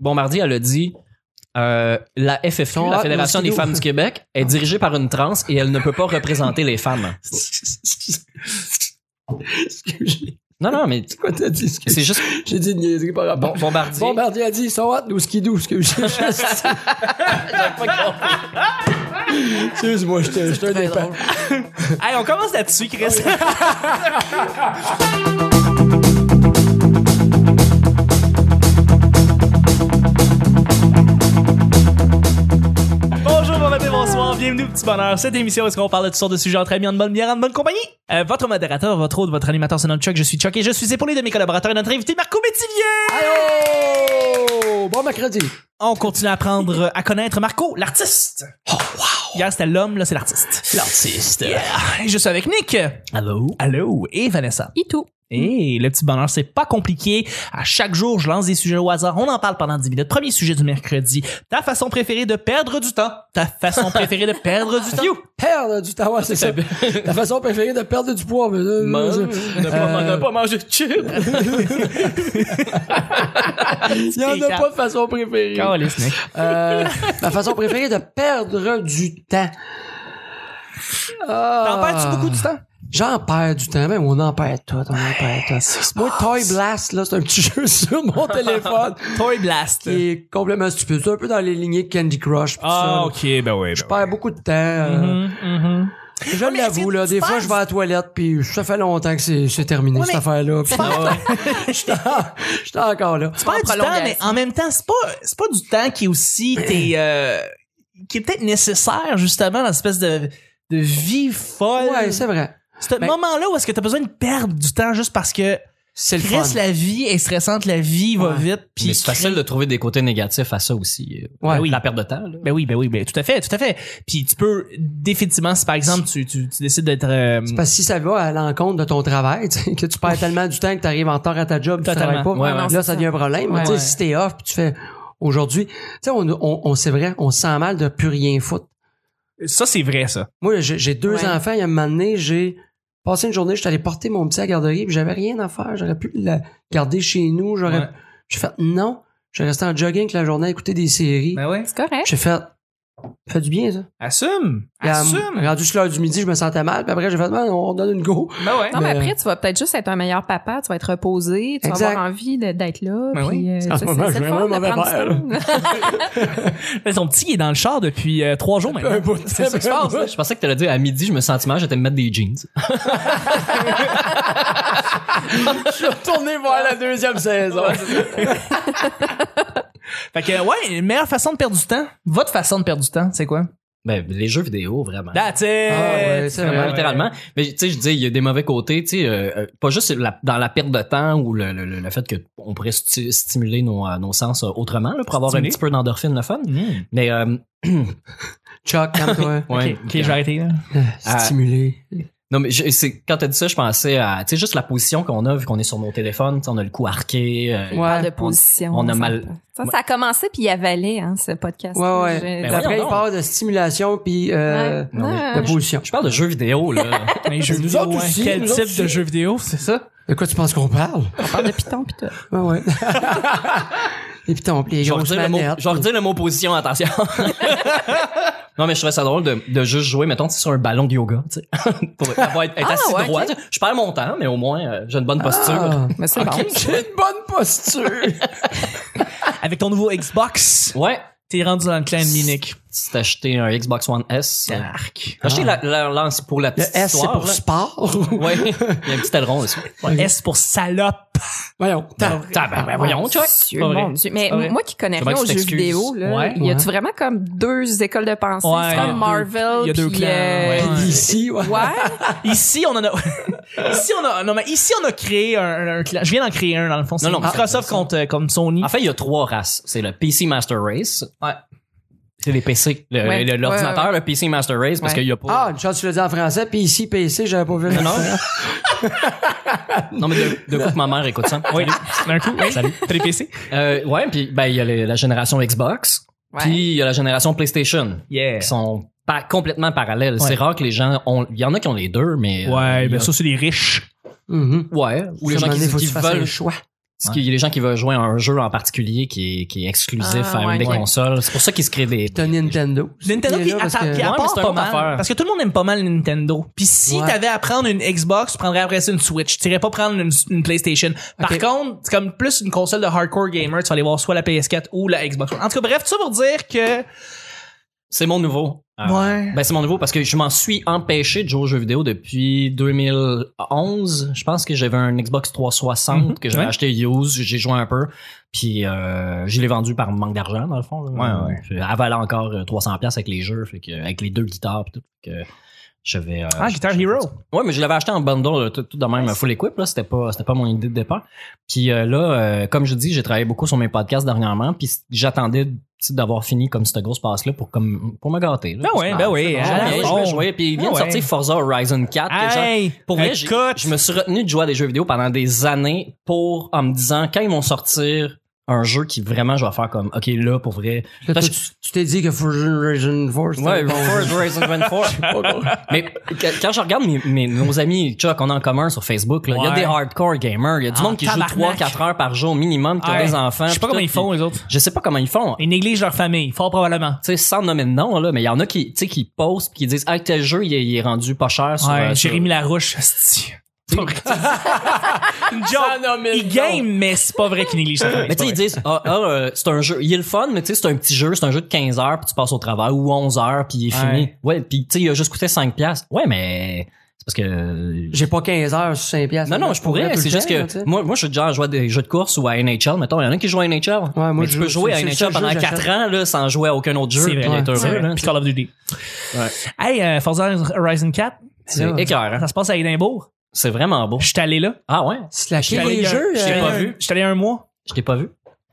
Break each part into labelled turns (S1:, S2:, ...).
S1: Bombardier, elle a dit euh, la FFQ, la
S2: Ah,
S1: Fédération des
S2: mosquito.
S1: femmes du Québec, est dirigée par une trans et elle ne peut pas représenter les femmes.
S2: Excusez.
S1: Non, non, mais
S2: Quoi t'as dit? Excuse-
S1: c'est juste
S2: J'ai dit de niaiserie par rapport.
S1: Bon- Bombardier.
S2: Bombardier a dit, ils sont hot, nous skidou, ce que j'ai Excuse-moi, je te- je te dépasse.
S3: Hey, on commence là-dessus, Chris. Bonjour, bon matin, bonsoir, bienvenue au Petit Bonheur. Cette émission où est-ce qu'on parle de toutes sortes de sujets entre amis, en bonne bière, en bonne compagnie. Euh, votre modérateur, votre hôte, votre animateur, c'est notre Chuck, je suis Chuck et je suis épaulé de mes collaborateurs et notre invité Marco Métivier.
S2: Allô! Bon mercredi.
S3: On continue à apprendre euh, à connaître Marco, l'artiste. Oh, wow! Hier, c'était l'homme, là, c'est l'artiste.
S1: l'artiste.
S3: Yeah. Et Je suis avec Nick.
S1: Allô?
S3: Allô, et Vanessa.
S4: Et tout.
S3: Et le petit bonheur, c'est pas compliqué. À chaque jour, je lance des sujets au hasard. On en parle pendant 10 minutes. Premier sujet du mercredi. Ta façon préférée de perdre du temps. Ta façon préférée de perdre du temps.
S2: Perdre du temps, ouais, c'est ça. La façon préférée de perdre du poids. mais, euh, euh,
S1: ne pas, ne pas manger de chips.
S2: Il n'y en a pas de façon préférée.
S3: Calisse, mec.
S2: Euh, ma façon préférée de perdre du temps. Ah.
S3: T'en perds-tu beaucoup du temps?
S2: J'en perds du temps, même on en perd tout, on en perd tout. Moi, Toy Blast, là, c'est un petit jeu sur mon téléphone
S3: Toy Blast.
S2: qui est complètement stupide. C'est un peu dans les lignées de Candy Crush. pis tout ça,
S3: Ah,
S2: là.
S3: ok, ben Mhm, oui.
S2: Je perds beaucoup de temps. euh, Je
S3: mais est-ce
S2: l'avoue,
S3: que
S2: là,
S3: tu
S2: des fois,
S3: penses-
S2: je vais à la toilette, puis ça fait longtemps que c'est c'est terminé,
S3: Ouais,
S2: cette
S3: mais-
S2: affaire-là. Puis J'étais encore là.
S3: Tu perds du temps,
S4: prolongation.
S3: mais en même temps, c'est pas, c'est pas du temps qui est aussi, t'es, euh, qui est peut-être nécessaire, justement, dans cette espèce de, de vie folle.
S2: Ouais, c'est vrai.
S3: C'est un
S2: Ben-
S3: moment-là où est-ce que t'as besoin de perdre du temps juste parce que
S2: C'est le fun.
S3: Chris, la vie est stressante, la vie va
S2: Ouais.
S3: vite. Puis
S1: Puis c'est facile de trouver des côtés négatifs à ça aussi.
S2: Ouais.
S1: La perte de temps, là.
S3: Ben oui, ben oui, ben tout à fait, tout à fait. Puis tu peux définitivement, si par exemple tu, tu, tu décides d'être euh,
S2: Mm. Parce que si ça va à l'encontre de ton travail, tu sais, que tu perds tellement du temps que tu arrives en retard à ta job, tu
S3: Totalement.
S2: travailles pas,
S1: Ouais, ouais.
S2: là, ça devient un problème.
S3: Ouais.
S2: Mais tu
S3: Ouais.
S2: sais, si t'es off, puis tu fais aujourd'hui, tu sais, on, on, on- c'est vrai, on se sent mal de plus rien foutre.
S3: ça c'est vrai ça.
S2: Moi, j'ai j'ai deux
S4: Ouais.
S2: enfants, il y a un moment donné, j'ai passé une journée, j'étais allé porter mon petit à la garderie, puis j'avais rien à faire. J'aurais pu le garder chez nous. J'aurais,
S3: Ouais.
S2: J'ai fait non. J'ai resté en jogging toute la journée à écouter des séries.
S3: Ben ouais.
S4: C'est correct.
S2: J'ai fait, ça fait du bien, ça.
S3: Assume,
S2: Puis, à-
S3: assume.
S2: rendu sur l'heure du midi, je me sentais mal. Puis après, j'ai fait, Man, on donne une go.
S3: Ben ouais.
S4: Non, mais
S2: Mais-
S4: après, tu vas peut-être juste être un meilleur papa, tu vas être reposé, tu
S2: Exact.
S4: vas avoir envie de- d'être là.
S3: Ben
S4: puis,
S3: oui.
S4: euh,
S2: En
S4: ça,
S2: ce moment,
S4: c'est- c'est
S2: je
S4: le
S2: vais
S4: fun
S2: vraiment
S4: de
S2: mauvais
S4: prendre du temps.
S3: Mais Ton petit il est dans le char depuis euh, trois jours
S2: Un
S3: maintenant.
S2: bout de
S1: C'est ça qui se passe, là. Je pensais que t'allais dire à midi, je me sentais mal, j'étais me mettre des jeans.
S2: Je suis retourné voir la deuxième saison.
S3: Fait que euh, ouais, meilleure façon de perdre du temps. Votre façon de perdre du temps, c'est quoi?
S1: Ben, les jeux vidéo, vraiment.
S3: That's it.
S2: Ah ouais, c'est
S1: Vraiment,
S2: Ouais.
S1: littéralement. Mais tu sais, je dis, il y a des mauvais côtés, tu sais, euh, euh, pas juste la- dans la perte de temps ou le, le- le- le fait que on pourrait sti- stimuler nos, euh, nos sens euh, autrement, là, pour avoir
S3: Stimuler.
S1: un petit peu d'endorphine, le fun.
S3: Mm.
S1: Mais, euh,
S2: Chuck, calme-toi.
S1: ouais.
S3: ok, ok, je vais arrêter là.
S1: Ah.
S2: Stimulé.
S1: Non, mais je- c'est, quand t'as dit ça, je pensais à, tu sais, juste la position qu'on a, vu qu'on est sur nos téléphones, tu sais, on a le cou arqué. euh,
S4: On parle de
S2: Ouais.
S4: position.
S1: on a
S4: ça.
S1: mal-
S4: Ça, ça a commencé puis il avalait, hein, ce podcast.
S2: Ouais, ouais.
S4: Je-
S1: Ben
S2: Puis
S1: voyons
S2: après, il
S1: donc.
S2: parle de stimulation puis euh,
S4: Ouais.
S1: non, mais-
S2: de
S4: Ouais.
S2: position.
S1: Je parle de jeux vidéo, là.
S3: Les jeux
S2: Nous
S3: vidéo,
S2: autres
S3: hein.
S2: aussi,
S3: Quel
S2: nous
S3: type
S2: autres
S3: de
S2: aussi.
S3: jeu vidéo, c'est ça?
S2: De quoi tu penses qu'on parle?
S4: On parle de Python puis tout.
S2: Ouais, ouais. Et puis ton pis les
S1: Je vais
S2: grosses
S1: redire le mot-
S2: manettes.
S1: je vais redire le mot position, attention. non, mais je trouvais ça drôle de, de juste jouer, mettons, tu sais, sur un ballon de yoga, tu sais. Pour avoir- être,
S4: Ah,
S1: assis
S4: ouais,
S1: droit.
S4: ok.
S1: tu sais. Je perds mon temps, mais au moins, euh, j'ai une bonne posture.
S2: Ah,
S4: Mais c'est bon.
S2: c'est une bonne posture.
S3: Avec ton nouveau Xbox,
S1: Ouais.
S3: t'es rendu dans le clan de Minic.
S1: Si t'as acheté un Xbox One S.
S3: Ah.
S1: euh,
S3: Arc.
S1: T'as acheté la, la lance pour la
S2: Le
S1: petite
S2: S, c'est
S1: histoire,
S2: pour
S1: là.
S2: sport.
S1: Ouais. Il y a un petit aileron aussi.
S3: S pour salope. ben,
S2: Voyons. t'as-
S1: Tabarnak, voyons,
S3: Oh,
S1: tu vois.
S4: Dieu,
S3: Pas vrai.
S4: mon Dieu. Mais
S3: Pas vrai.
S4: moi qui connais
S1: C'est vrai
S4: rien
S1: que
S4: aux
S1: tu
S4: jeux
S1: t'excuses.
S4: vidéo, là,
S3: Ouais.
S4: il y a-tu
S2: Ouais.
S4: vraiment comme deux écoles de pensée?
S3: Ouais.
S4: C'est comme Marvel.
S3: Il y a deux
S4: puis,
S3: clans,
S4: euh,
S3: ouais.
S2: Ici, ouais.
S4: Ouais.
S3: Ici, on en a. ici, on a. Non, mais ici, on a créé un, un clan. Je viens d'en créer un, dans le fond. C'est Ah,
S1: Non, non,
S3: Microsoft contre, contre Sony.
S1: En fait, il y a trois races. C'est le PC Master Race.
S3: Ouais.
S1: C'est les PC. Le-
S4: Ouais.
S1: le- L'ordinateur,
S4: Ouais,
S1: le PC Master Race, parce
S4: Ouais.
S1: qu'il y a pas.
S2: Ah, une chance que tu le dis en français, puis ici, PC, j'avais pas vu.
S1: Non, non. non, mais de, de coup que ma mère écoute ça.
S3: oui. D'un coup, oui.
S1: Salut.
S3: T'as les PC?
S1: Euh, ouais, puis ben il y a les- la génération Xbox,
S4: Ouais.
S1: puis il y a la génération PlayStation
S3: Yeah.
S1: qui sont pas complètement parallèles. C'est rare que les gens ont il y en a qui ont les deux mais euh,
S3: Ouais,
S1: il y
S3: ben
S1: a-
S3: ça, c'est les riches.
S2: Mhm.
S1: ouais, ou les
S2: Ça,
S1: gens
S2: à un moment
S1: qui,
S2: donné, faut que
S1: qui
S2: tu fasses un
S1: veulent
S2: choix.
S1: Ce qui- Les gens qui veulent jouer à un jeu en particulier qui est, qui est exclusif
S4: Ah,
S1: à
S4: ouais.
S1: une des
S4: Ouais.
S1: consoles, c'est pour ça qu'ils se créent des.
S2: T'as Nintendo.
S3: Nintendo qui,
S2: Déjà, parce
S3: atta-
S2: que-
S3: qui
S1: Ouais, mais
S3: apporte
S1: c'est un
S3: pas
S1: autre
S3: mal.
S1: affaire.
S3: Parce que tout le monde aime pas mal Nintendo. Puis si
S2: Ouais.
S3: t'avais à prendre une Xbox, tu prendrais après ça une Switch. Tu irais pas prendre une, une PlayStation. Par
S2: Ok.
S3: contre, c'est comme plus une console de hardcore gamer, tu vas aller voir soit la PS4 ou la Xbox. En tout cas, bref, tout ça pour dire que...
S1: C'est mon nouveau. Euh,
S3: Ouais.
S1: Ben, c'est mon nouveau parce que je m'en suis empêché de jouer aux jeux vidéo depuis 2011. Je pense que j'avais un Xbox 360
S3: Mhm.
S1: que j'avais
S3: Ouais.
S1: acheté used. J'ai joué un peu. Puis, euh, je l'ai vendu par manque d'argent, dans le fond. là.
S3: Ouais, ouais.
S1: Puis, Avalant encore euh, 300$ piastres avec les jeux, fait que, avec les deux guitares. Pis tout, Fait que je vais, euh,
S3: Ah, Guitar Hero.
S1: Ouais, mais je l'avais acheté en bundle, là, tout, tout de même, full equip, là. C'était pas, c'était pas mon idée de départ. Puis euh, là, euh, comme je dis, j'ai travaillé beaucoup sur mes podcasts dernièrement, puis c- j'attendais tu sais, d'avoir fini comme cette grosse passe-là pour comme pour me gâter. là.
S3: Ben
S1: Parce
S3: ouais,
S1: que,
S3: ben
S1: ah,
S3: oui,
S1: c'est bon,
S3: hein,
S1: j'avais
S3: on-
S1: joué, joué, puis il
S3: Ah
S1: vient de
S3: ouais.
S1: sortir Forza Horizon 4. que genre,
S3: Hey,
S1: pour vrai, j'ai-
S3: écoute.
S1: je me suis retenu de jouer à des jeux vidéo pendant des années pour en me disant quand ils vont sortir un jeu qui vraiment je vais faire comme ok là pour vrai
S2: Là, toi,
S1: Parce
S2: tu tu t'es dit que Fusion Force. c'était bon.
S1: Horizon 24. Mais que- quand je regarde mes, mes- nos amis Chuck, on a en commun sur Facebook, là, il y a
S3: Ouais.
S1: des hardcore gamers. Il y a du
S3: Ah,
S1: monde qui joue
S3: tabarnak.
S1: 3-4 heures par jour minimum, qui a
S3: Ouais.
S1: des enfants.
S3: Je sais pas
S1: puis
S3: comment
S1: tout,
S3: ils font,
S1: puis-
S3: les autres.
S1: Je sais pas comment ils font. Tu
S3: Ils négligent leur famille, fort probablement.
S1: sais, sans nommer de nom, là, mais il y en a qui, tu sais, qui postent pis qui disent, ah, tel jeu, il est, il est rendu pas cher sur, euh,
S3: Ouais,
S1: sur-
S3: Jérémy Larouche, asti. Une joke. Ils game, mais c'est pas vrai qu'ils négligent leur famille.
S1: Mais tu sais, ils
S3: C'est
S1: disent, ah, ah, euh, c'est un jeu, il est le fun, mais tu sais, c'est un petit jeu, c'est un jeu de 15 heures, puis tu passes au travail, ou 11 heures, puis il est
S3: Ouais.
S1: fini. Ouais, puis tu sais, il a juste coûté 5 piastres. Ouais, mais c'est parce que...
S2: J'ai pas 15 heures sur 5 piastres.
S1: Non, non, je pourrais.
S2: tout
S1: C'est
S2: le
S1: juste
S2: temps, là, tu
S1: que
S2: sais.
S1: moi, moi, je suis genre à jouer à des jeux de course ou à NHL. Mettons, il y en a qui jouent à NHL.
S2: moi,
S1: Mais
S2: je
S1: tu peux
S2: joue-
S1: jouer
S2: c'est-
S1: à
S2: c'est le
S1: NHL
S2: seul
S1: pendant
S2: jeu que
S1: 4
S2: j'achète.
S1: ans là, sans jouer à aucun autre jeu.
S3: vrai.
S1: puis d'être
S3: ouais,
S1: heureux,
S3: c'est vrai.
S1: là.
S3: Puis Call of Duty.
S1: hein? Ouais.
S3: Hey, euh, Forza Horizon 4,
S1: C'est
S2: Là,
S1: écœurant.
S3: ça se passe à Édimbourg.
S1: C'est vraiment beau.
S3: Je suis allé là.
S1: Ah ouais?
S2: Slacker
S3: J'étais
S2: les
S3: allé-
S2: jeux.
S3: je t'ai
S2: euh,
S3: pas vu. J'étais allé un mois.
S1: Je t'ai pas vu.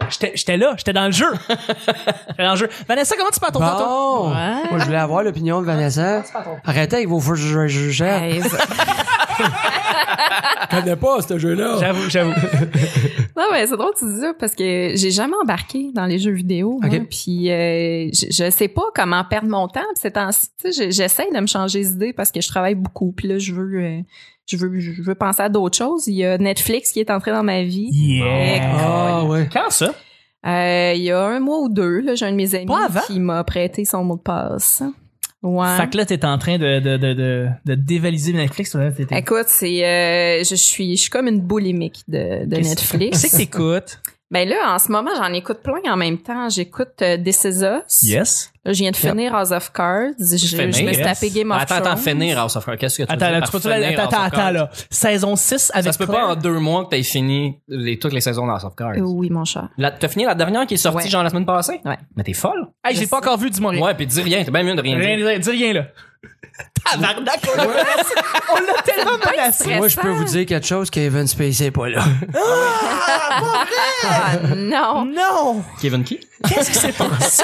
S3: J'étais j'étais là, j'étais dans le jeu. j'étais dans le jeu. Vanessa, comment tu parles ton temps, toi?
S2: Bon.
S4: Ouais.
S2: Moi, je voulais avoir l'opinion de
S4: Ah,
S2: Vanessa. Arrêtez avec vos faux jeux. jeux- jeux.
S4: Hey, ça-
S2: Je connais pas ce jeu-là.
S3: J'avoue, j'avoue.
S4: non, mais Ah c'est drôle que tu dis ça parce que j'ai jamais embarqué dans les jeux vidéo. moi.
S2: Ok.
S4: Puis euh, je, je sais pas comment perdre mon temps. Puis ces temps-ci, tu sais, je- j'essaie de me changer d'idée parce que je travaille beaucoup. Puis là, je veux, euh, je veux, je veux penser à d'autres choses. Il y a Netflix qui est entré dans ma vie.
S3: Yeah.
S2: Ah, ouais.
S3: Quand ça?
S4: Euh, il y a un mois ou deux, là, j'ai un de mes amis
S3: Pas avant?
S4: qui m'a prêté son mot de passe. Ouais.
S3: Fait que là, t'es en train de, de, de, de, de dévaliser Netflix. Là, t'es- t'es-
S4: Écoute, c'est euh, je suis je suis comme une boulimique de, de
S3: Qu'est-ce-
S4: Netflix.
S3: Qu'est-ce que t'écoutes?
S4: Ben là, en ce moment, j'en écoute plein en même temps. J'écoute euh, This Is Us.
S3: Yes.
S4: Là, je viens de finir House of Cards. Je,
S1: Finir,
S4: je me suis
S1: yes.
S4: tapé Game of
S1: attends,
S4: Thrones.
S1: attends, finir House of Cards. Qu'est-ce que tu veux
S3: Attends,
S1: dire
S3: là,
S1: par
S3: tu peux
S1: finir
S3: attends,
S1: House of
S3: attends,
S1: Cards?
S3: attends, là. Saison 6 avec
S1: Ça se peut
S3: Claire.
S1: pas en deux mois que t'aies fini les, toutes les saisons d'House of Cards.
S4: Euh, Oui, mon cher.
S1: La- T'as fini la dernière qui est sortie
S4: Ouais.
S1: genre la semaine passée?
S4: Ouais.
S1: Mais t'es folle?
S3: Hey, j'ai
S4: Je
S3: pas
S4: sais.
S3: encore vu, dis-moi rien.
S1: Ouais, puis dis rien. T'es bien mieux de rien
S3: Rien,
S1: dire.
S3: rien, dis rien, là. Tabarnak, on l'a menacé. On l'a tellement menacé.
S4: stressant.
S2: Moi, je peux vous dire quelque chose qu'Evan Spacey est pas là.
S4: Ah non!
S3: Non!
S1: Kevin qui?
S3: Qu'est-ce qui s'est passé?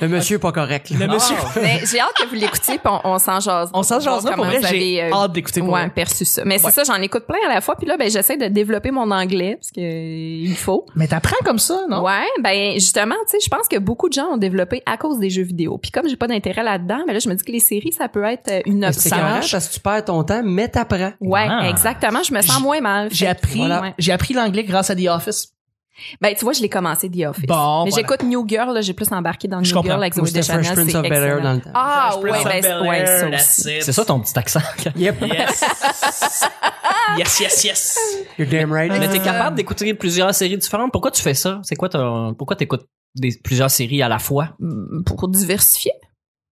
S2: Le monsieur est pas correct. là.
S3: Le monsieur...
S4: Mais j'ai hâte que vous l'écoutiez, puis on, on s'en jase.
S3: On s'en jasera pour
S4: Comment
S3: vrai,
S4: vous
S3: j'ai
S4: avez, euh,
S3: hâte d'écouter pour
S4: Ouais,
S3: vrai.
S4: perçu ça. Mais
S3: Ouais.
S4: c'est ça, j'en écoute plein à la fois. Puis là, ben, j'essaie de développer mon anglais, parce que euh, il faut.
S3: Mais t'apprends comme ça, non?
S4: Ouais, ben justement, tu sais, je pense que beaucoup de gens ont développé à cause des jeux vidéo. Puis comme j'ai pas d'intérêt là-dedans, mais là, je me dis que les séries, ça peut être euh, une
S2: Mais Ah, C'est
S4: option.
S2: écœurant parce que tu perds ton temps, mais t'apprends.
S4: Ouais,
S1: Ah.
S4: exactement. Je me sens
S3: J'ai-
S4: moins mal.
S3: J'ai
S4: Fait-
S3: appris,
S4: Ben, Voilà.
S3: Ouais. j'ai appris l'anglais grâce à The Office.
S4: Ben, tu vois, je l'ai commencé The Office.
S3: Bon, voilà.
S4: mais j'écoute New Girl, là, j'ai plus embarqué dans New
S3: Je comprends.
S4: Girl avec
S2: Moi,
S4: Zoé
S2: c'était
S4: Deschanel.
S2: Fresh Prince
S4: c'est
S2: of Bel-Air
S4: excellent.
S2: dans le temps.
S4: Ah, ouais, ben,
S3: Prince of
S4: ouais,
S3: Bel-Air,
S4: ça
S3: that's
S4: aussi.
S3: it.
S1: C'est ça ton petit accent.
S2: Yep,
S3: Yes. yes, yes, yes.
S2: you're damn right.
S1: Mais t'es
S3: Euh,
S1: capable d'écouter plusieurs séries différentes. Pourquoi tu fais ça? C'est quoi ton, pourquoi t'écoutes des, plusieurs séries à la fois?
S4: Mm, Pour diversifier.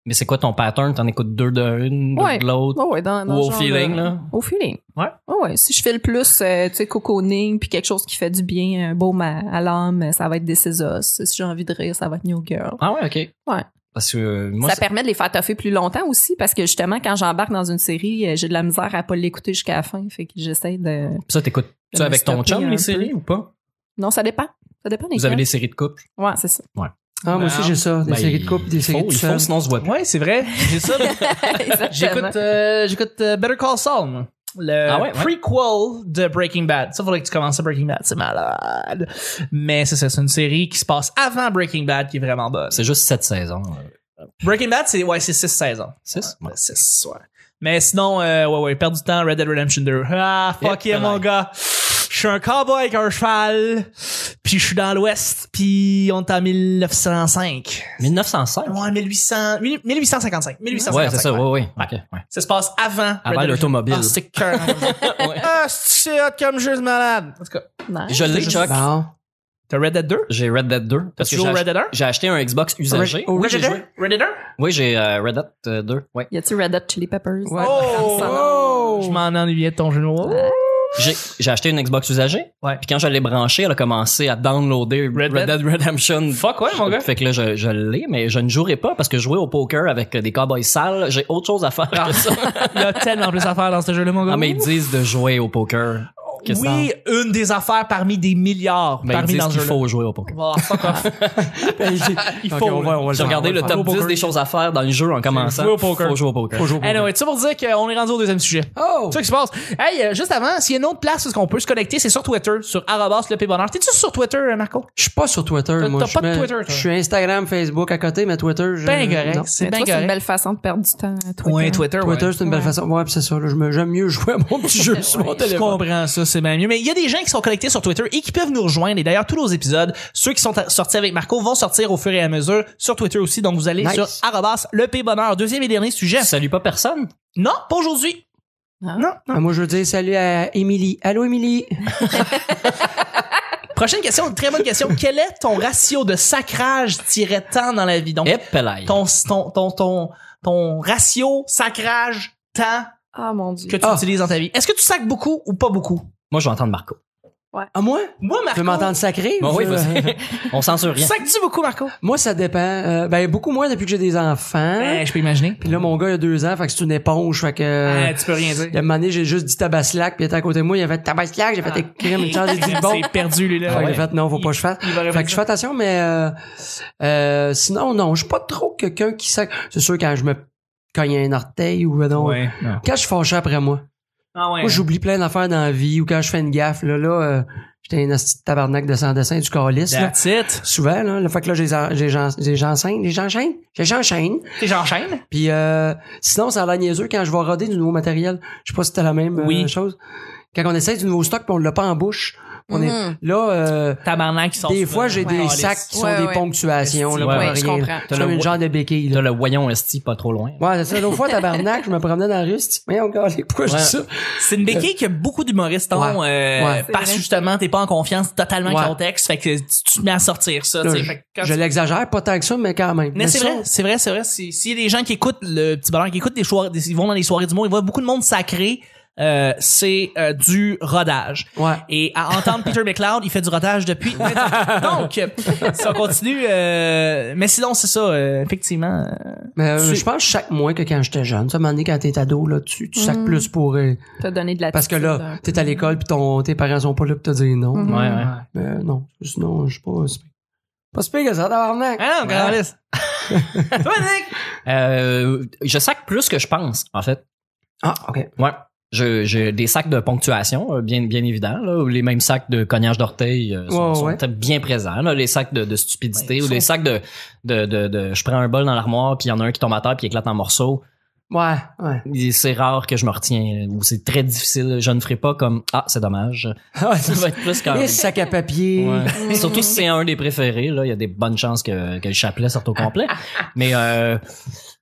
S1: Mais c'est quoi ton pattern? T'en écoutes deux de une, deux
S4: Ouais.
S1: de l'autre?
S4: Ouais, ouais, dans, dans
S1: Ou
S4: ce
S1: au
S4: genre
S1: feeling,
S4: de-
S1: là?
S4: Au feeling.
S1: Ouais.
S4: Ouais, ouais. Si je fais le plus, euh, tu sais, cocooning, puis quelque chose qui fait du bien, un baume à, à l'âme, ça va être des Us. Si j'ai envie de rire, ça va être New Girl.
S1: Ah ouais, ok.
S4: Ouais.
S1: Parce que euh, moi,
S4: ça
S1: c'est-
S4: permet de les faire toffer plus longtemps aussi, parce que justement, quand j'embarque dans une série, euh, j'ai de la misère à pas l'écouter jusqu'à la fin. Fait que j'essaie de.
S1: ça, t'écoutes
S4: Je
S1: ça
S4: me
S1: avec
S4: suis
S1: ton
S4: tapé
S1: chum,
S4: un
S1: les
S4: peu.
S1: séries ou pas?
S4: Non, ça dépend. Ça dépend des
S1: Vous avez
S4: cas.
S1: des séries de couple?
S4: Ouais, c'est ça.
S2: Ah, moi aussi, j'ai ça. Des
S1: Ben,
S2: séries de couple, des
S1: il
S2: séries
S1: faut,
S2: de
S1: il faut,
S2: seul.
S1: sinon on se voit plus.
S3: Ouais, c'est vrai. J'ai ça.
S4: Exactement.
S3: J'écoute, euh, j'écoute euh, Better Call Saul. moi. Le
S1: Ah ouais, ouais.
S3: prequel de Breaking Bad. Ça, faudrait que tu commences à Breaking Bad. C'est malade. Mais c'est ça, c'est une série qui se passe avant Breaking Bad qui est vraiment bonne.
S1: C'est juste euh. cette saison.
S3: Breaking Bad, c'est, ouais, c'est 6 saisons.
S1: Six?
S3: Ouais, six, ouais. Mais sinon, euh, ouais, ouais, perdre du temps, Red Dead Redemption 2. Ah, fuck
S1: Yep,
S3: yeah, mon
S1: pareil.
S3: gars. Je Je suis un cowboy avec un cheval, puis je suis dans l'Ouest, puis on est en 1905.
S1: 1905?
S3: Ouais, 1800, 1855. 1855.
S1: Ouais, c'est ça, ouais, ouais. OK, ouais.
S3: Ça se passe avant.
S1: Avant
S3: Red Dead
S1: l'automobile.
S3: Redemption. Ah, c'est cœur. Ah, c'est hot comme jeu de malade. En tout cas,
S4: Nice.
S1: Je l'ai,
S3: C'est
S1: Chuck.
S2: Bon.
S3: t'as Red Dead 2?
S1: J'ai Red Dead 2.
S3: T'as
S1: Parce que
S3: toujours
S1: j'ai
S3: Red
S1: acheté,
S3: Dead 1?
S1: j'ai acheté un Xbox usagé.
S2: Oh, oui, j'ai
S3: Red Dead
S2: joué.
S3: 1? Red Dead 1?
S1: Oui, j'ai euh, Red Dead euh, 2. Ouais.
S4: Y a-tu Red Hot Chili Peppers?
S2: Ouais.
S3: Oh!
S4: Ça,
S3: Je m'en ennuyais de ton jeu de mots.
S1: J'ai, j'ai acheté une Xbox usagée.
S3: Ouais.
S1: Puis quand je l'ai branchée, elle a commencé à downloader
S3: Red
S1: Red, Dead Redemption.
S3: Fuck hein? ouais, mon gars.
S1: Fait que là, je, je l'ai, mais je ne jouerai pas parce que jouer au poker avec euh, des cowboys sales, j'ai autre chose à faire
S3: Ah.
S1: que ça.
S3: Il y a tellement plus à faire dans ce jeu-là, mon gars.
S1: Ah, mais ils disent de jouer au poker. Qu'est-ce
S3: oui, une des affaires parmi des milliards
S1: Ben, ils
S3: parmi
S1: disent
S3: dans ce
S1: qu'il
S3: jeu-là.
S1: faut jouer au poker.
S3: Oh, fuck off. Il faut,
S2: Ok, on va-
S3: là.
S2: on va le
S1: J'ai
S2: faire,
S1: regardé
S2: on va
S1: le top
S2: faire.
S1: 10 des choses à faire dans le jeu en commençant.
S3: jouer au poker.
S1: Faut jouer au poker.
S2: Faut jouer au poker.
S3: Anyway, tout ça pour dire qu'on est rendu au deuxième sujet.
S2: Oh!
S3: C'est ça qui se passe. Hey, euh, juste avant, s'il y a une autre place où est-ce qu'on peut se connecter, c'est sur Twitter, sur arrobas le P-Bonheur. T'es-tu sur Twitter, euh, Marco?
S2: Je suis pas sur Twitter,
S3: T'as-
S2: moi.
S3: t'as
S2: Je
S3: pas de
S2: mets-
S3: Twitter, toi.
S2: Je suis Instagram, Facebook à côté, mais Twitter, je...
S3: Ben correct.
S2: non.
S3: C'est
S4: Mais
S3: bien
S4: toi, c'est une
S3: correct.
S4: belle façon de perdre du temps. Twitter.
S3: Ouais, Twitter, ouais.
S2: Twitter, c'est une belle
S4: Ouais.
S2: façon. Ouais, pis c'est ça, là, je me- j'aime mieux jouer à mon petit jeu sur mon
S3: Je
S2: téléphone.
S3: comprends ça, c'est bien mieux. Mais il y a des gens qui sont connectés sur Twitter et qui peuvent nous rejoindre. Et d'ailleurs, tous nos épisodes, ceux qui sont à- sortis avec Marco, vont sortir au fur et à mesure sur Twitter aussi. Donc, vous allez
S2: Nice.
S3: sur arrobas le P-Bonheur. Deuxième et dernier sujet.
S1: Salut pas personne.
S3: Non, pas aujourd'hui.
S4: Ah.
S3: Non, non.
S2: Ah, moi, je veux dire salut à Émilie. Allô, Émilie?
S3: Prochaine question, une très bonne question. Quel est ton ratio de sacrage-temps dans la vie? Donc,
S1: Et Pelay.
S3: ton, ton, ton, ton, ton ratio sacrage-temps
S4: Ah, mon Dieu.
S3: que tu
S2: Ah.
S3: utilises dans ta vie. Est-ce que tu sacs beaucoup ou pas beaucoup?
S1: Moi, je vais entendre Marco.
S2: À moi?
S3: Moi,
S2: Tu veux
S3: Marco,
S2: m'entendre sacré?
S1: Bon,
S2: ou
S1: oui,
S2: je-
S1: vas-y. On censure rien.
S3: sacs-tu beaucoup, Marco?
S2: Moi, ça dépend. Euh, ben, beaucoup moins depuis que j'ai des enfants.
S3: Eh, je peux imaginer.
S2: Puis là, mon gars, il a deux ans, fait que c'est une éponge, fait que... euh,
S3: Eh, tu peux rien dire.
S2: Il y a une année, j'ai juste dit tabaslac, puis il était à côté de moi, il avait tabaslac, j'ai fait écrire une chance, j'ai dit bon.
S3: C'est perdu, lui, là.
S2: Fait que
S3: Ouais.
S2: j'ai fait non, faut pas que je fasse.
S3: Il va
S2: Ah Fait que je fais attention, mais euh, euh, sinon, non, je suis pas trop quelqu'un qui sac. C'est sûr quand je me cogne un orteil ou euh, non.
S3: Ouais.
S2: Quand je suis fâché après moi.
S3: Ah ouais.
S2: Moi, j'oublie plein d'affaires dans la vie ou quand je fais une gaffe, là, là, euh, j'étais un asti de tabarnak de sans dessin du calice, là.
S3: That's it.
S2: Souvent, là, le fait que là, j'ai j'ai- j'ai- j'enchaîne, j'ai- j'enchaîne, j'ai- j'enchaîne.
S3: T'es j'enchaîne.
S2: Puis euh, sinon, ça a l'air niaiseux quand je vais roder du nouveau matériel. Je sais pas si c'était la même euh,
S3: Oui.
S2: chose. Quand on essaie du nouveau stock puis on l'a pas en bouche, on
S4: Mhm.
S3: Mm-hmm.
S2: est là. euh,
S3: Tabarnak qui sort.
S2: des fois, j'ai des
S3: Ouais.
S2: sacs qui sont
S4: Ouais,
S2: des
S4: ouais.
S2: ponctuations. Là,
S1: Ouais,
S2: pour
S1: ouais,
S2: rien.
S4: je comprends.
S1: T'as
S2: Comme
S1: le-
S2: une genre de béquille.
S1: T'as
S2: Là.
S1: le voyant esti pas trop loin.
S2: Ouais, c'est ça. L'autre fois, tabarnak, je me promenais dans la rue. c'est- Mais on calait, pourquoi je
S1: Ouais.
S2: dis ça?
S3: C'est une béquille que beaucoup d'humoristes ont, euh,
S2: Ouais.
S3: parce que justement, t'es pas en confiance totalement avec
S2: Ouais.
S3: ton texte, fait que tu tu te mets à sortir ça, tu
S2: Là,
S3: sais.
S2: je-
S3: Fait que quand
S2: je
S3: tu-
S2: l'exagère pas tant que ça, mais quand même.
S3: Mais c'est
S2: ça,
S3: vrai, c'est vrai, c'est vrai. Si- S'il y a des gens qui écoutent le petit bonheur, qui écoutent des soirées, ils vont dans les soirées du monde, ils voient beaucoup de monde sacré, euh, c'est euh, du rodage.
S2: Ouais.
S3: Et à entendre Peter McLeod, il fait du rodage depuis. Donc, euh, si on continue, euh, mais sinon, c'est ça, euh, effectivement. euh,
S2: Mais euh,
S3: Tu-
S2: je pense que je sac moins que quand j'étais jeune. Ça, à un moment donné, quand t'es ado, là, tu, tu sacs
S4: Mhm.
S2: plus pour... euh,
S4: T'as donné de la hein.
S2: parce que
S4: tissue,
S2: là,
S4: un
S2: t'es
S4: peu.
S2: à l'école puis ton, tes parents sont pas là pour te dire non.
S4: Mhm.
S1: Ouais, ouais.
S2: Mais euh, non, sinon, je suis pas... c'est- Pas si pire que ça, tabarnak.
S3: Ah non, grand liste. Toi, Nick!
S1: Euh, je sac plus que je pense, en fait.
S2: Ah, OK.
S1: Ouais. Je- J'ai des sacs de ponctuation, euh, bien, bien évident. Là, où les mêmes sacs de cognage d'orteil euh, sont,
S2: Ouais,
S1: sont
S2: ouais.
S1: très bien présents. Là, les sacs de, de stupidité
S3: Ouais, ils
S1: ou les
S3: sont-
S1: sacs de, de, de, de- Je prends un bol dans l'armoire, puis il y en a un qui tombe à terre, puis il éclate en morceaux.
S2: Ouais, ouais.
S1: Il- C'est rare que je me retiens, ou c'est très difficile. Je ne ferai pas comme Ah, c'est dommage.
S3: Ah,
S1: Ça va être plus quand
S2: Les sacs à papier.
S1: Ouais. Surtout si c'est un des préférés, là, il y a des bonnes chances que, que le chapelet sorte au complet. mais euh,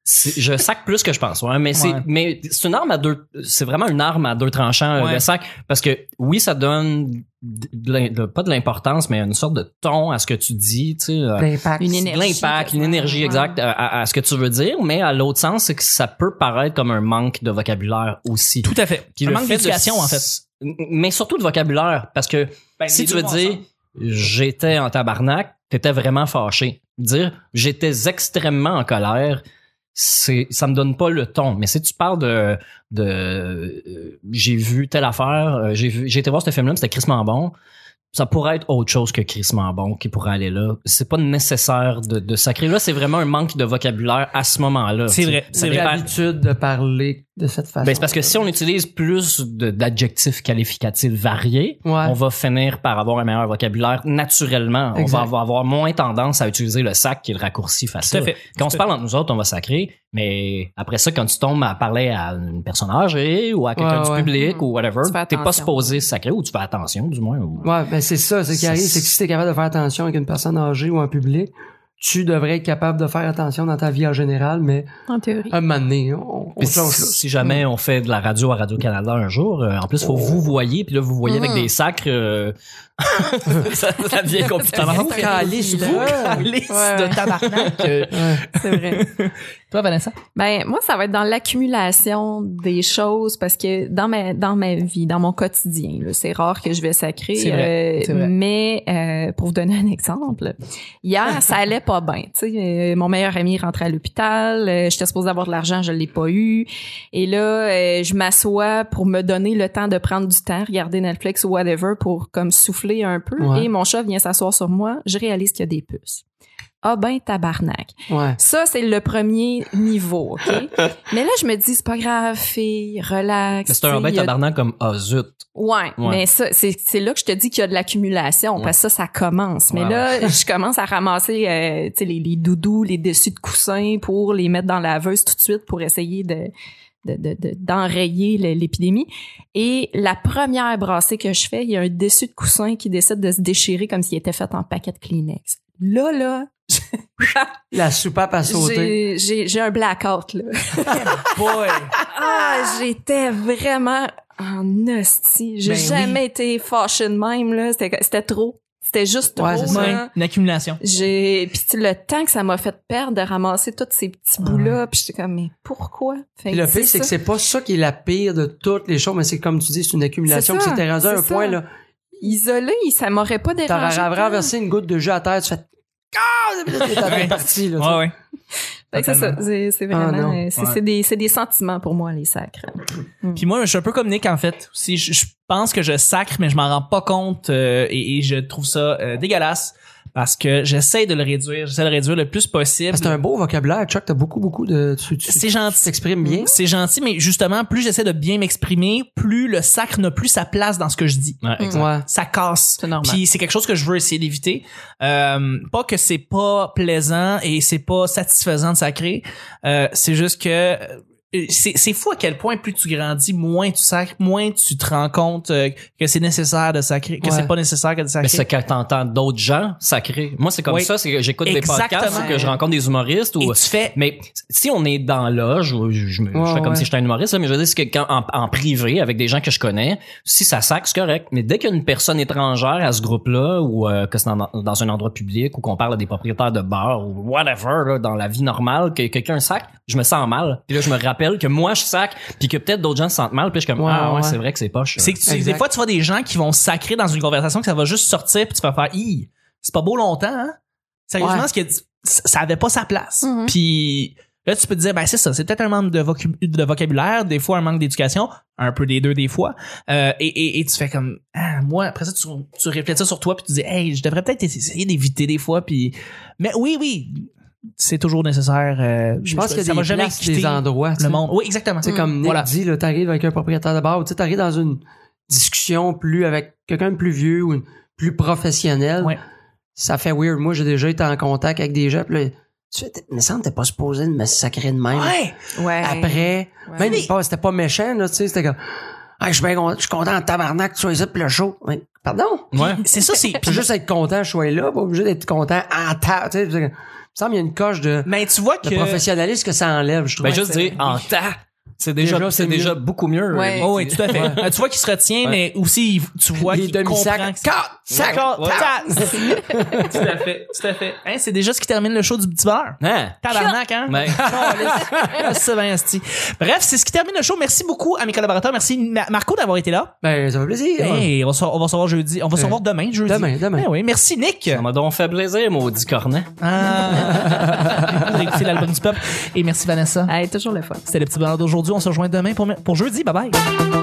S1: c'est- je sac plus que je pense. ouais. Mais c'est
S3: Ouais.
S1: mais c'est une arme à deux. C'est vraiment une arme à deux tranchants euh,
S3: Ouais.
S1: le sac parce que oui, ça donne de l'im- de- pas de l'importance, mais une sorte de ton à ce que tu dis. Tu sais, euh,
S2: L'impact.
S4: Une
S1: de
S4: énergie.
S1: l'impact, une énergie
S4: Ouais.
S1: exacte à, à- à ce que tu veux dire, mais à l'autre sens, c'est que ça peut paraître comme un manque de vocabulaire aussi.
S3: Tout à fait.
S1: Puis
S3: un
S1: le
S3: manque
S1: fait de-
S3: d'éducation, en fait.
S1: Mais surtout de vocabulaire, parce que
S3: Ben,
S1: si tu veux dire j'étais en tabarnak, t'étais vraiment fâché. Dire j'étais extrêmement en colère, c'est ça me donne pas le ton. Mais si tu parles de de euh, j'ai vu telle affaire, euh, j'ai vu j'ai été voir ce film là, c'était Chris bon. Ça pourrait être autre chose que Chris bon qui pourrait aller là. C'est pas nécessaire de, de sacrer. Là, c'est vraiment un manque de vocabulaire à ce moment-là.
S3: C'est
S1: tu sais.
S3: vrai,
S1: Ça
S3: c'est vrai.
S1: dépend-
S2: L'habitude de parler de cette façon.
S1: Ben, c'est parce que si on utilise plus de- d'adjectifs qualificatifs variés,
S2: Ouais.
S1: on va finir par avoir un meilleur vocabulaire naturellement.
S2: Exact.
S1: On va avoir- avoir moins tendance à utiliser le sac qui est le raccourci facile.
S3: Tout à fait.
S1: Quand on
S3: Tout
S1: se
S3: à
S1: parle entre nous autres, on va sacrer, mais après ça, quand tu tombes à parler à une personne âgée ou à quelqu'un
S2: Ouais,
S1: du
S2: ouais.
S1: public
S4: Mhm.
S1: ou whatever,
S4: Tu fais
S1: t'es pas
S4: attention.
S1: supposé sacrer ou tu fais attention, du moins. ou-
S2: Ouais, ben c'est ça. C'est ce qui
S1: C'est-
S2: arrive, c'est que si t'es capable de faire attention avec une personne âgée ou un public, tu devrais être capable de faire attention dans ta vie en général, mais
S4: En théorie.
S2: un moment donné, on, on
S1: Puis
S2: change
S1: si,
S2: là.
S1: si jamais on fait de la radio à Radio-Canada un jour, euh, en plus, faut vous voyez, puis là, vous voyez avec
S4: Mhm.
S1: des sacres, euh, ça, ça devient compliqué.
S4: Ça va
S3: Vous
S4: rentrer
S3: calez,
S4: aussi,
S3: vous
S2: là.
S3: calez
S4: Ouais.
S3: de tabarnak. Euh,
S2: Ouais.
S4: C'est vrai.
S3: Toi, Vanessa?
S4: Ben, moi, ça va être dans l'accumulation des choses parce que dans ma, dans ma vie, dans mon quotidien, là, c'est rare que je vais sacrer.
S3: C'est vrai,
S4: euh,
S3: c'est vrai.
S4: Mais euh, pour vous donner un exemple, hier, ça allait pas bien. tu sais, euh, mon meilleur ami rentrait à l'hôpital. euh, J'étais supposée avoir de l'argent, je l'ai pas eu. Et là, euh, je m'assois pour me donner le temps de prendre du temps, regarder Netflix ou whatever pour comme souffler un peu.
S2: Ouais.
S4: Et mon chat vient s'asseoir sur moi. Je réalise qu'il y a des puces. Ah ben tabarnak.
S2: Ouais.
S4: Ça, c'est le premier niveau, OK? mais là, je me dis, c'est pas grave, fille, relax.
S1: C'est un
S4: tu sais,
S1: bête
S4: il y a-
S1: tabarnak comme ah zut.
S4: Ouais,
S1: Ouais.
S4: mais ça, c'est c'est là que je te dis qu'il y a de l'accumulation, parce que ça, ça commence. Mais
S1: Ouais,
S4: là, je commence à ramasser euh, tu sais, les, les doudous, les dessus de coussins pour les mettre dans la laveuse tout de suite pour essayer de de- de- de- d'enrayer le- l'épidémie. Et la première brassée que je fais, il y a un dessus de coussin qui décide de se déchirer comme s'il était fait en paquet de Kleenex. Là, là,
S2: La soupape à sauter.
S4: j'ai- j'ai j'ai un blackout, là.
S3: Boy!
S4: Ah, j'étais vraiment en hostie. J'ai
S2: Ben
S4: jamais été fâchée de même, là. C'était c'était trop. C'était juste
S2: Ouais,
S4: trop,
S2: c'est ça.
S4: là.
S3: Ouais, une accumulation.
S4: J'ai puis tu sais, le temps que ça m'a fait perdre de ramasser tous ces petits bouts là, puis j'étais comme mais pourquoi Fait
S2: Ah. Puis le pire,
S4: c'est
S2: c'est que
S4: ça.
S2: c'est pas ça qui est la pire de toutes les choses, mais c'est comme tu dis, c'est une accumulation. Puis
S4: C'est ça,
S2: si t'es rendu à un
S4: c'est
S2: point,
S4: ça.
S2: là,
S4: isolé, ça m'aurait pas dérangé.
S2: t'aurais
S4: tant.
S2: renversé une goutte de jus à terre, tu fais Ah! Puis là, T'es
S3: Ouais.
S2: t'es parti, là. tu
S3: Ouais, ouais.
S4: Fait que c'est ça,
S3: Totalement.
S4: c'est c'est
S2: Ah,
S4: vraiment
S2: non.
S4: euh, c'est
S3: Ouais.
S4: c'est des c'est des sentiments pour moi les sacres.
S3: Puis moi, je suis un peu comme Nick, en fait. Si je, je pense que je sacre, mais je m'en rends pas compte euh, et, et je trouve ça euh, dégueulasse parce que j'essaie de le réduire. J'essaie de le réduire le plus possible.
S2: Parce que Ah, C'est un beau vocabulaire, Chuck. T'as beaucoup, beaucoup de. Tu, tu,
S3: C'est
S2: tu
S3: gentil.
S2: t'exprimes bien.
S3: Mm-hmm. C'est gentil, mais justement, plus j'essaie de bien m'exprimer, plus le sacre n'a plus sa place dans ce que je dis.
S1: Ouais, exact.
S4: Mm.
S2: Ouais.
S3: Ça casse.
S4: C'est normal.
S3: Puis c'est quelque chose que je veux essayer d'éviter. Euh, pas que c'est pas plaisant et c'est pas satisfaisant de sacrer. Euh, c'est juste que euh, c'est c'est fou à quel point plus tu grandis, moins tu sacres, moins tu te rends compte euh, que c'est nécessaire de sacrer, que
S2: Ouais.
S3: c'est pas nécessaire que de
S1: Mais
S3: sacrer.
S1: c'est quand t'entends d'autres gens sacrés. Moi, c'est comme
S3: Oui.
S1: ça, c'est que j'écoute des
S3: Exactement.
S1: podcasts, ou que je rencontre des humoristes ou.
S3: Et tu fais
S1: Mais si on est dans l'âge, je, je, me- je
S2: Ouais,
S1: fais comme
S2: ouais.
S1: si j'étais un humoriste, là, mais je veux dire, c'est que quand, en, en privé, avec des gens que je connais, si ça sac, c'est correct. Mais dès qu'il y a une personne étrangère à ce groupe-là, ou euh, que c'est dans, dans un endroit public, ou qu'on parle à des propriétaires de bars, ou whatever, là, dans la vie normale, que quelqu'un sac, je me sens mal. Puis là, je me rappelle que moi, je sac, puis que peut-être d'autres gens se sentent mal, puis je suis comme,
S2: Ouais,
S1: ah ouais,
S2: ouais.
S1: c'est vrai que c'est poche.
S3: C'est que tu-
S2: Exact.
S3: des fois, tu vois des gens qui vont sacrer dans une conversation que ça va juste sortir puis tu vas faire Hi, c'est pas beau longtemps, hein? Sérieusement,
S2: Ouais. Mm-hmm.
S3: ce qu'il a dit, c- ça avait pas sa place.
S4: Mhm.
S3: Puis là, tu peux te dire, ben c'est ça, c'est peut-être un manque de, vocu- de vocabulaire, des fois un manque d'éducation, un peu des deux des fois. Euh, et, et, et tu fais comme Ah, moi, après ça, tu, tu réfléchis sur toi puis tu dis Hey, je devrais peut-être essayer d'éviter des fois puis Mais oui, oui, c'est toujours nécessaire. euh,
S2: Je pense qu'il y
S3: ça
S2: a
S3: va
S2: des
S3: jamais
S2: places,
S3: quitter
S2: des endroits.
S3: le
S2: tu sais. Mm. Hmm.
S3: monde. Oui, exactement.
S2: Tu sais, comme Nick
S3: Voilà.
S2: dit, là, t'arrives avec un propriétaire de bar, ou tu sais, t'arrives dans une discussion plus avec quelqu'un de plus vieux ou une- plus professionnel.
S3: Ouais.
S2: Ça fait weird. Moi, j'ai déjà été en contact avec des gens, puis là, tu fais, T'es- mais ça, t'es pas supposé de me sacrer de même.
S3: Ouais.
S4: Ouais.
S2: Après,
S4: Ouais.
S2: même
S3: Mais-
S2: si pas- c'était pas méchant, là, tu sais, c'était comme, Ah, je suis bien content, je suis content en tabarnak que tu sois ici, puis le show. Mais, pardon?
S1: Ouais.
S3: C'est ça, c'est.
S2: Je veux juste être content, que je sois là, pas obligé d'être content en ta, tu sais, c'est comme- il me semble qu'il y a une coche de,
S3: Mais tu vois que.
S2: de professionnalisme que ça enlève, je trouve.
S1: Ben, juste
S4: c'est-
S1: dire, en temps, c'est déjà,
S2: Déjà,
S1: c'est
S2: c'est
S1: déjà beaucoup mieux.
S4: Ouais.
S3: Oh, oui, tout à fait.
S2: Ouais.
S3: Euh, tu vois qu'il se retient, mais aussi, il- tu vois
S2: les
S3: qu'il comprend.
S2: demi-sacs,
S3: que c'est-
S2: quatre sacs,
S3: Encore,
S2: quatre.
S3: tasse. tout à fait, tout à fait. Hein, c'est déjà ce qui termine le show du petit beurre.
S1: Hein?
S3: Tabarnak, hein?
S1: Ben,
S3: Ah, c'est bien, esti. Bref, c'est ce qui termine le show. Merci beaucoup à mes collaborateurs. Merci Ma- Marco d'avoir été là.
S2: Ben, ça fait plaisir.
S3: Hey, on, se- on va se revoir jeudi. On va se revoir demain, jeudi.
S2: Demain, demain.
S3: Eh oui, merci Nick.
S1: ça m'a donc fait plaisir, maudit cornet.
S3: Ah, j'ai écouté l'album du peuple. Et merci Vanessa.
S2: Ah.
S4: Hey, toujours le fun.
S3: C'était le petit bonheur d'aujourd'hui. On se rejoint demain pour, pour jeudi. Bye bye.